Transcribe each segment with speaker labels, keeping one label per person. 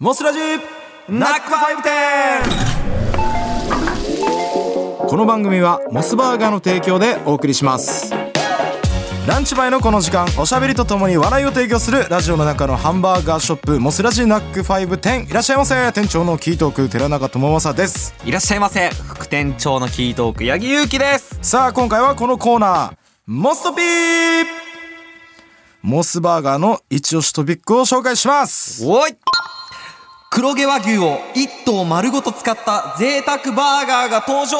Speaker 1: モスラジナックファイブテンこの番組はモスバーガーの提供でお送りしますランチ前のこの時間おしゃべりとともに笑いを提供するラジオの中のハンバーガーショップモスラジナックファイブテンいらっしゃいませ店長のキートーク寺中智正です
Speaker 2: いらっしゃいませ副店長のキートーク八木勇樹です
Speaker 1: さあ今回はこのコーナーモストピーモスバーガーの一押しトピックを紹介します
Speaker 2: おい黒毛和牛を一頭丸ごと使った贅沢バーガーが登場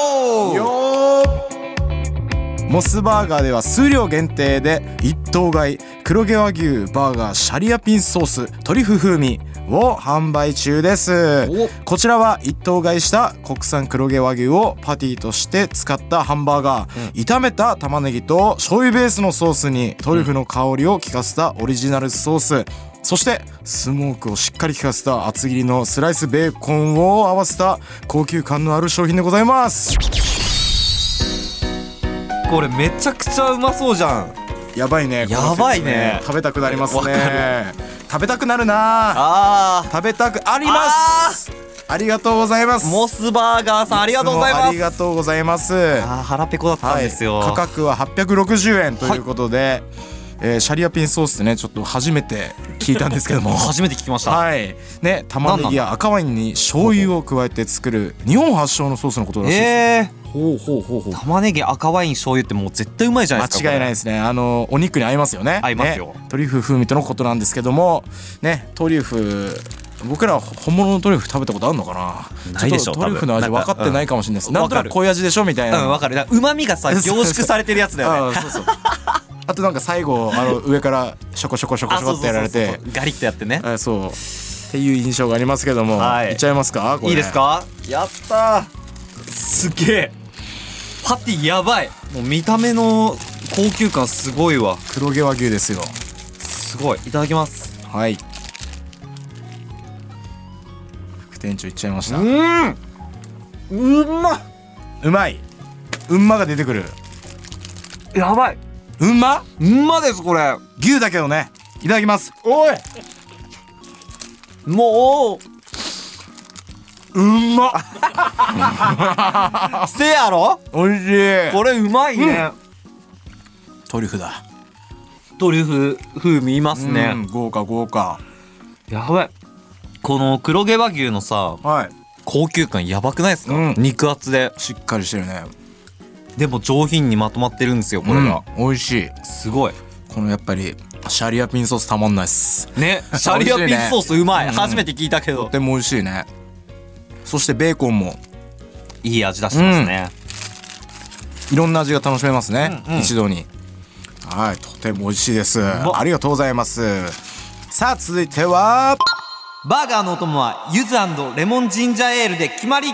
Speaker 1: よーモスバーガーでは数量限定で一頭買い黒毛和牛バーガーシャリアピンソーストリュフ風味を販売中です
Speaker 2: お
Speaker 1: こちらは一頭買いした国産黒毛和牛をパティとして使ったハンバーガー、炒めた玉ねぎと醤油ベースのソースにトリュフの香りを効かせたオリジナルソース、そしてスモークをしっかり効かせた厚切りのスライスベーコンを合わせた高級感のある商品でございます
Speaker 2: これめちゃくちゃうまそうじゃん
Speaker 1: やばいね
Speaker 2: やばいね
Speaker 1: この説明食べたくなります
Speaker 2: わか
Speaker 1: ね食べたくなるな
Speaker 2: あ
Speaker 1: 食べたくありますありがとうございます
Speaker 2: ーモスバーガーさんありがとうござい
Speaker 1: つも
Speaker 2: ま
Speaker 1: あり
Speaker 2: す
Speaker 1: がとうございます
Speaker 2: あー腹ペコだったんですよ、
Speaker 1: 価格は860円ということで、えーシャリアピンソースってねちょっと初めて聞いたんですけども
Speaker 2: 初めて聞きました、
Speaker 1: はいね玉ねぎや赤ワインに醤油を加えて作る日本発祥のソースのことらしいです、
Speaker 2: えー
Speaker 1: ほうほうほうほう
Speaker 2: 玉ねぎ赤ワイン醤油ってもう絶対うまいじゃないですか
Speaker 1: 間違いない
Speaker 2: い
Speaker 1: ですねあのお肉に合いますよね
Speaker 2: 合いますよ
Speaker 1: ねトリュフ風味とのことなんですけどもねトリュフ僕ら本物のトリュフ食べたことあるのかな
Speaker 2: ないでしょ
Speaker 1: ちっとトリュフの味
Speaker 2: 多分
Speaker 1: 分
Speaker 2: なんか
Speaker 1: かってないかもしれないです、
Speaker 2: うん
Speaker 1: なんとな
Speaker 2: わか
Speaker 1: く
Speaker 2: る
Speaker 1: こういう味でしょみたいな、
Speaker 2: うんわかるうまみがさ凝縮されてるやつだ
Speaker 1: あ
Speaker 2: よね
Speaker 1: そうそうあとなんか最後あの上からショコショコショコショコってやられ
Speaker 2: あそう
Speaker 1: て
Speaker 2: そうそうそうガリッとやってね
Speaker 1: あそうっていう印象がありますけども、
Speaker 2: はい
Speaker 1: い、っちゃいますかこれ
Speaker 2: いいですかやったーすげえパティやばいもう見た目の高級感すごいわ
Speaker 1: 黒毛和牛ですよ
Speaker 2: すごいいただきます
Speaker 1: はい副店長いっちゃいました
Speaker 2: んうまっ
Speaker 1: うまいうんまが出てくる
Speaker 2: やばい
Speaker 1: うんま
Speaker 2: うんまですこれ
Speaker 1: 牛だけどねいただきますおい
Speaker 2: も
Speaker 1: うんま
Speaker 2: うせやろ
Speaker 1: おいしい
Speaker 2: これうまいね、
Speaker 1: トリュフだ
Speaker 2: トリュフ風味いますね、
Speaker 1: うん豪華豪華
Speaker 2: やばいこの黒毛和牛のさ
Speaker 1: はい
Speaker 2: 高級感やばくないですか、
Speaker 1: うん
Speaker 2: 肉厚で
Speaker 1: しっかりしてるね
Speaker 2: でも上品にまとまってるんですよこ
Speaker 1: こ
Speaker 2: れ
Speaker 1: れ
Speaker 2: が
Speaker 1: が、、美味しい
Speaker 2: すごい
Speaker 1: このやっぱりシャリアピンソースたまんないっす
Speaker 2: ね、シャリアピンソースうまい、初めて聞いたけ
Speaker 1: と
Speaker 2: ど
Speaker 1: ても美味しいねそしてベーコンも
Speaker 2: いい味出してますね、
Speaker 1: いろんな味が楽しめますね、
Speaker 2: うんうん
Speaker 1: 一度にはいとても美味しいです
Speaker 2: ま
Speaker 1: ありがとうございますさあ続いては
Speaker 2: バーガーのお供は柚子レモンジンジャーエールで決まり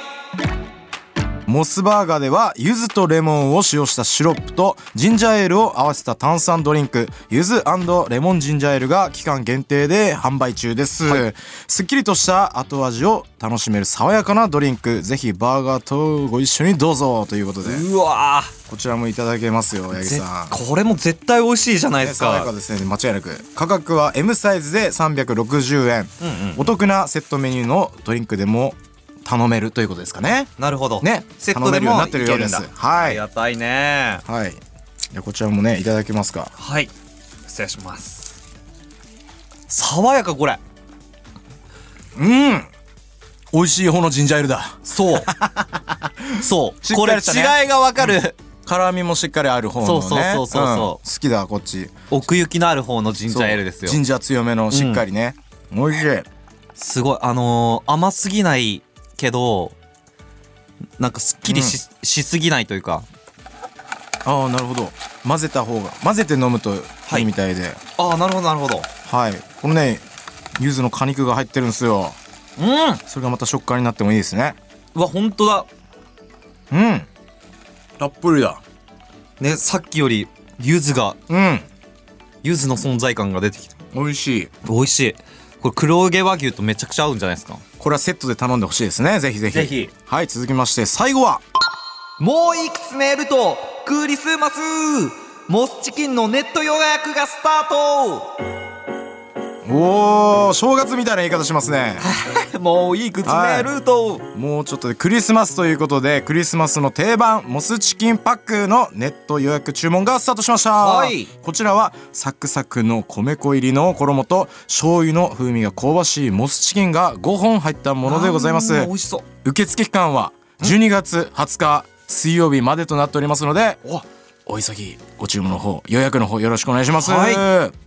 Speaker 1: モスバーガーでは柚子とレモンを使用したシロップとジンジャーエールを合わせた炭酸ドリンク柚子レモンジンジャーエールが期間限定で販売中です、すっきりとした後味を楽しめる爽やかなドリンクぜひバーガーとご一緒にどうぞということで
Speaker 2: うわ
Speaker 1: こちらもいただけますよ八木さん
Speaker 2: ーこれも絶対美味しいじゃないです
Speaker 1: 爽や
Speaker 2: か
Speaker 1: かですね間違いなく価格は M サイズで360円、お得なセットメニューのドリンクでも頼めるということですかね
Speaker 2: なるほど
Speaker 1: ね
Speaker 2: セットで
Speaker 1: 頼めるように
Speaker 2: も
Speaker 1: ないっ
Speaker 2: け
Speaker 1: てるよう
Speaker 2: る
Speaker 1: で
Speaker 2: ん
Speaker 1: す
Speaker 2: だ
Speaker 1: はい
Speaker 2: ありがたいね
Speaker 1: はい。じゃあこちらもねいただきますか。
Speaker 2: はい失礼します爽やかこれ
Speaker 1: うん。美味しい方のジンジャーエールだ。
Speaker 2: そう そう
Speaker 1: しっ
Speaker 2: こ
Speaker 1: か
Speaker 2: れ
Speaker 1: りしたね
Speaker 2: 違いがわかる、
Speaker 1: 辛味もしっかりある方のね。
Speaker 2: そうそうそうそうそうん
Speaker 1: 好きだこっち。
Speaker 2: 奥行きのある方のジンジャーエールですよ
Speaker 1: ジンジャー強めのしっかりね。美味しい。
Speaker 2: すごいあのー甘すぎないけどなんかすっきりし,、しすぎないというか
Speaker 1: ああなるほど。混ぜた方が混ぜて飲むと
Speaker 2: は
Speaker 1: い
Speaker 2: い
Speaker 1: いみたいで。
Speaker 2: ああなるほどなるほど
Speaker 1: はい。このね柚子の果肉が入ってるんですよ。
Speaker 2: うんうわ
Speaker 1: それがまた食感になってもいいですね。
Speaker 2: 本当だ
Speaker 1: うん。たっぷりだ。
Speaker 2: ねさっきより柚子が
Speaker 1: うん。
Speaker 2: 柚子の存在感が出てきて
Speaker 1: 美味しい。
Speaker 2: 美味しいこれ黒毛和牛とめちゃくちゃ合うんじゃないですか
Speaker 1: これはセットで頼んでほしいですね。ぜひぜひ。
Speaker 2: ぜひ
Speaker 1: はい続きまして最後は。
Speaker 2: もういくつ寝るとクーリスマスモスチキンのネット予約がスタート
Speaker 1: おおお正月みたいな言い方しますね
Speaker 2: もういい靴
Speaker 1: はい
Speaker 2: ねルート
Speaker 1: もうちょっとでクリスマスということでクリスマスの定番モスチキンパックのネット予約注文がスタートしました、
Speaker 2: はい
Speaker 1: こちらはサクサクの米粉入りの衣と醤油の風味が香ばしいモスチキンが5本入ったものでございます
Speaker 2: あー美味しそう
Speaker 1: 受付期間は12月20日水曜日までとなっておりますので
Speaker 2: お
Speaker 1: お急ぎご注文の方予約の方よろしくお願いします
Speaker 2: はい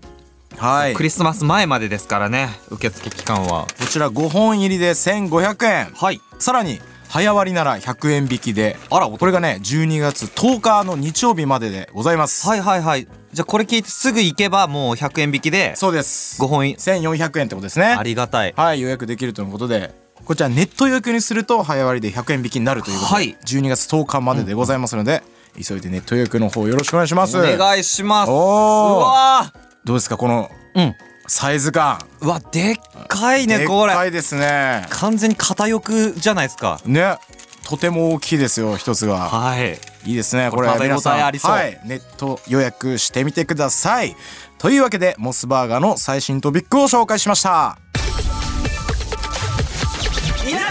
Speaker 1: はい
Speaker 2: クリスマス前までですからね受付期間は
Speaker 1: こちら5本入りで1500円
Speaker 2: はい
Speaker 1: さらに早割りなら100円引きで
Speaker 2: あらお
Speaker 1: これがね12月10日の日曜日まででございます、
Speaker 2: はいはいはいじゃあこれ聞いてすぐ行けばもう100円引きで
Speaker 1: そうです
Speaker 2: 5本い
Speaker 1: 1400円ってことですね
Speaker 2: ありがたい
Speaker 1: はい予約できるということでこちらネット予約にすると早割りで100円引きになるということで、
Speaker 2: はい
Speaker 1: 12月10日まででございますので、急いでネット予約の方よろしくお願いします
Speaker 2: お願いしますう
Speaker 1: おー
Speaker 2: わ
Speaker 1: どうですかこの
Speaker 2: ーうん
Speaker 1: サイズ感
Speaker 2: うわでっかい
Speaker 1: で
Speaker 2: ね
Speaker 1: っ
Speaker 2: これ
Speaker 1: かいですね
Speaker 2: 完全に片翼じゃないですか
Speaker 1: ねとても大きいですよ一つが
Speaker 2: はい
Speaker 1: いいですねこれ
Speaker 2: これ食べ応え
Speaker 1: 皆さん
Speaker 2: ありそう
Speaker 1: はいネット予約してみてくださいというわけでモスバーガーの最新トピックを紹介しました
Speaker 3: いらっしゃいま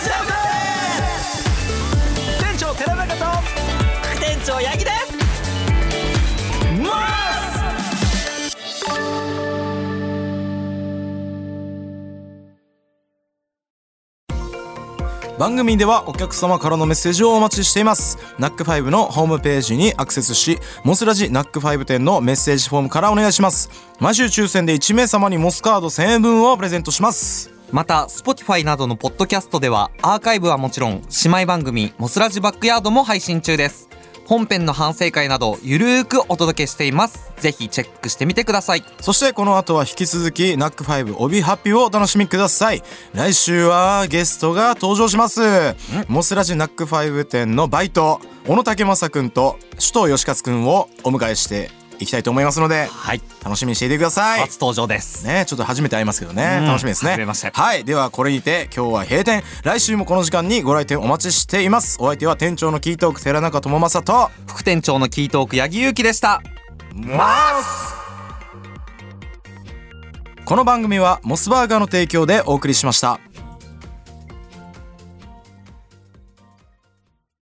Speaker 3: せ店長寺中と副店長八木です
Speaker 1: 番組ではお客様からのメッセージをお待ちしていますナックファイブのホームページにアクセスしモスラジナックファイブ店のメッセージフォームからお願いします毎週抽選で1名様にモスカード1000円分をプレゼントします
Speaker 2: また Spotify などのポッドキャストではアーカイブはもちろん姉妹番組「モスラジバックヤード」も配信中です本編の反省会などゆるーくお届けしていますぜひチェックしてみてください
Speaker 1: そしてこの後は引き続きナックファイブ帯ハッピーをお楽しみください来週はゲストが登場しますモスラジナックファイブ店のバイト小野武正くんと首藤義勝くんをお迎えしていきたいと思いますので
Speaker 2: はい
Speaker 1: 楽しみにしていてください
Speaker 2: 初登場です、
Speaker 1: ねちょっと初めて会いますけどね、
Speaker 2: うん
Speaker 1: 楽しみですね
Speaker 2: 初めまして
Speaker 1: はいではこれにて今日は閉店来週もこの時間にご来店お待ちしていますお相手は店長のキートーク寺中智正と
Speaker 2: 副店長のキートーク八木勇樹でした
Speaker 1: この番組はモスバーガーの提供でお送りしました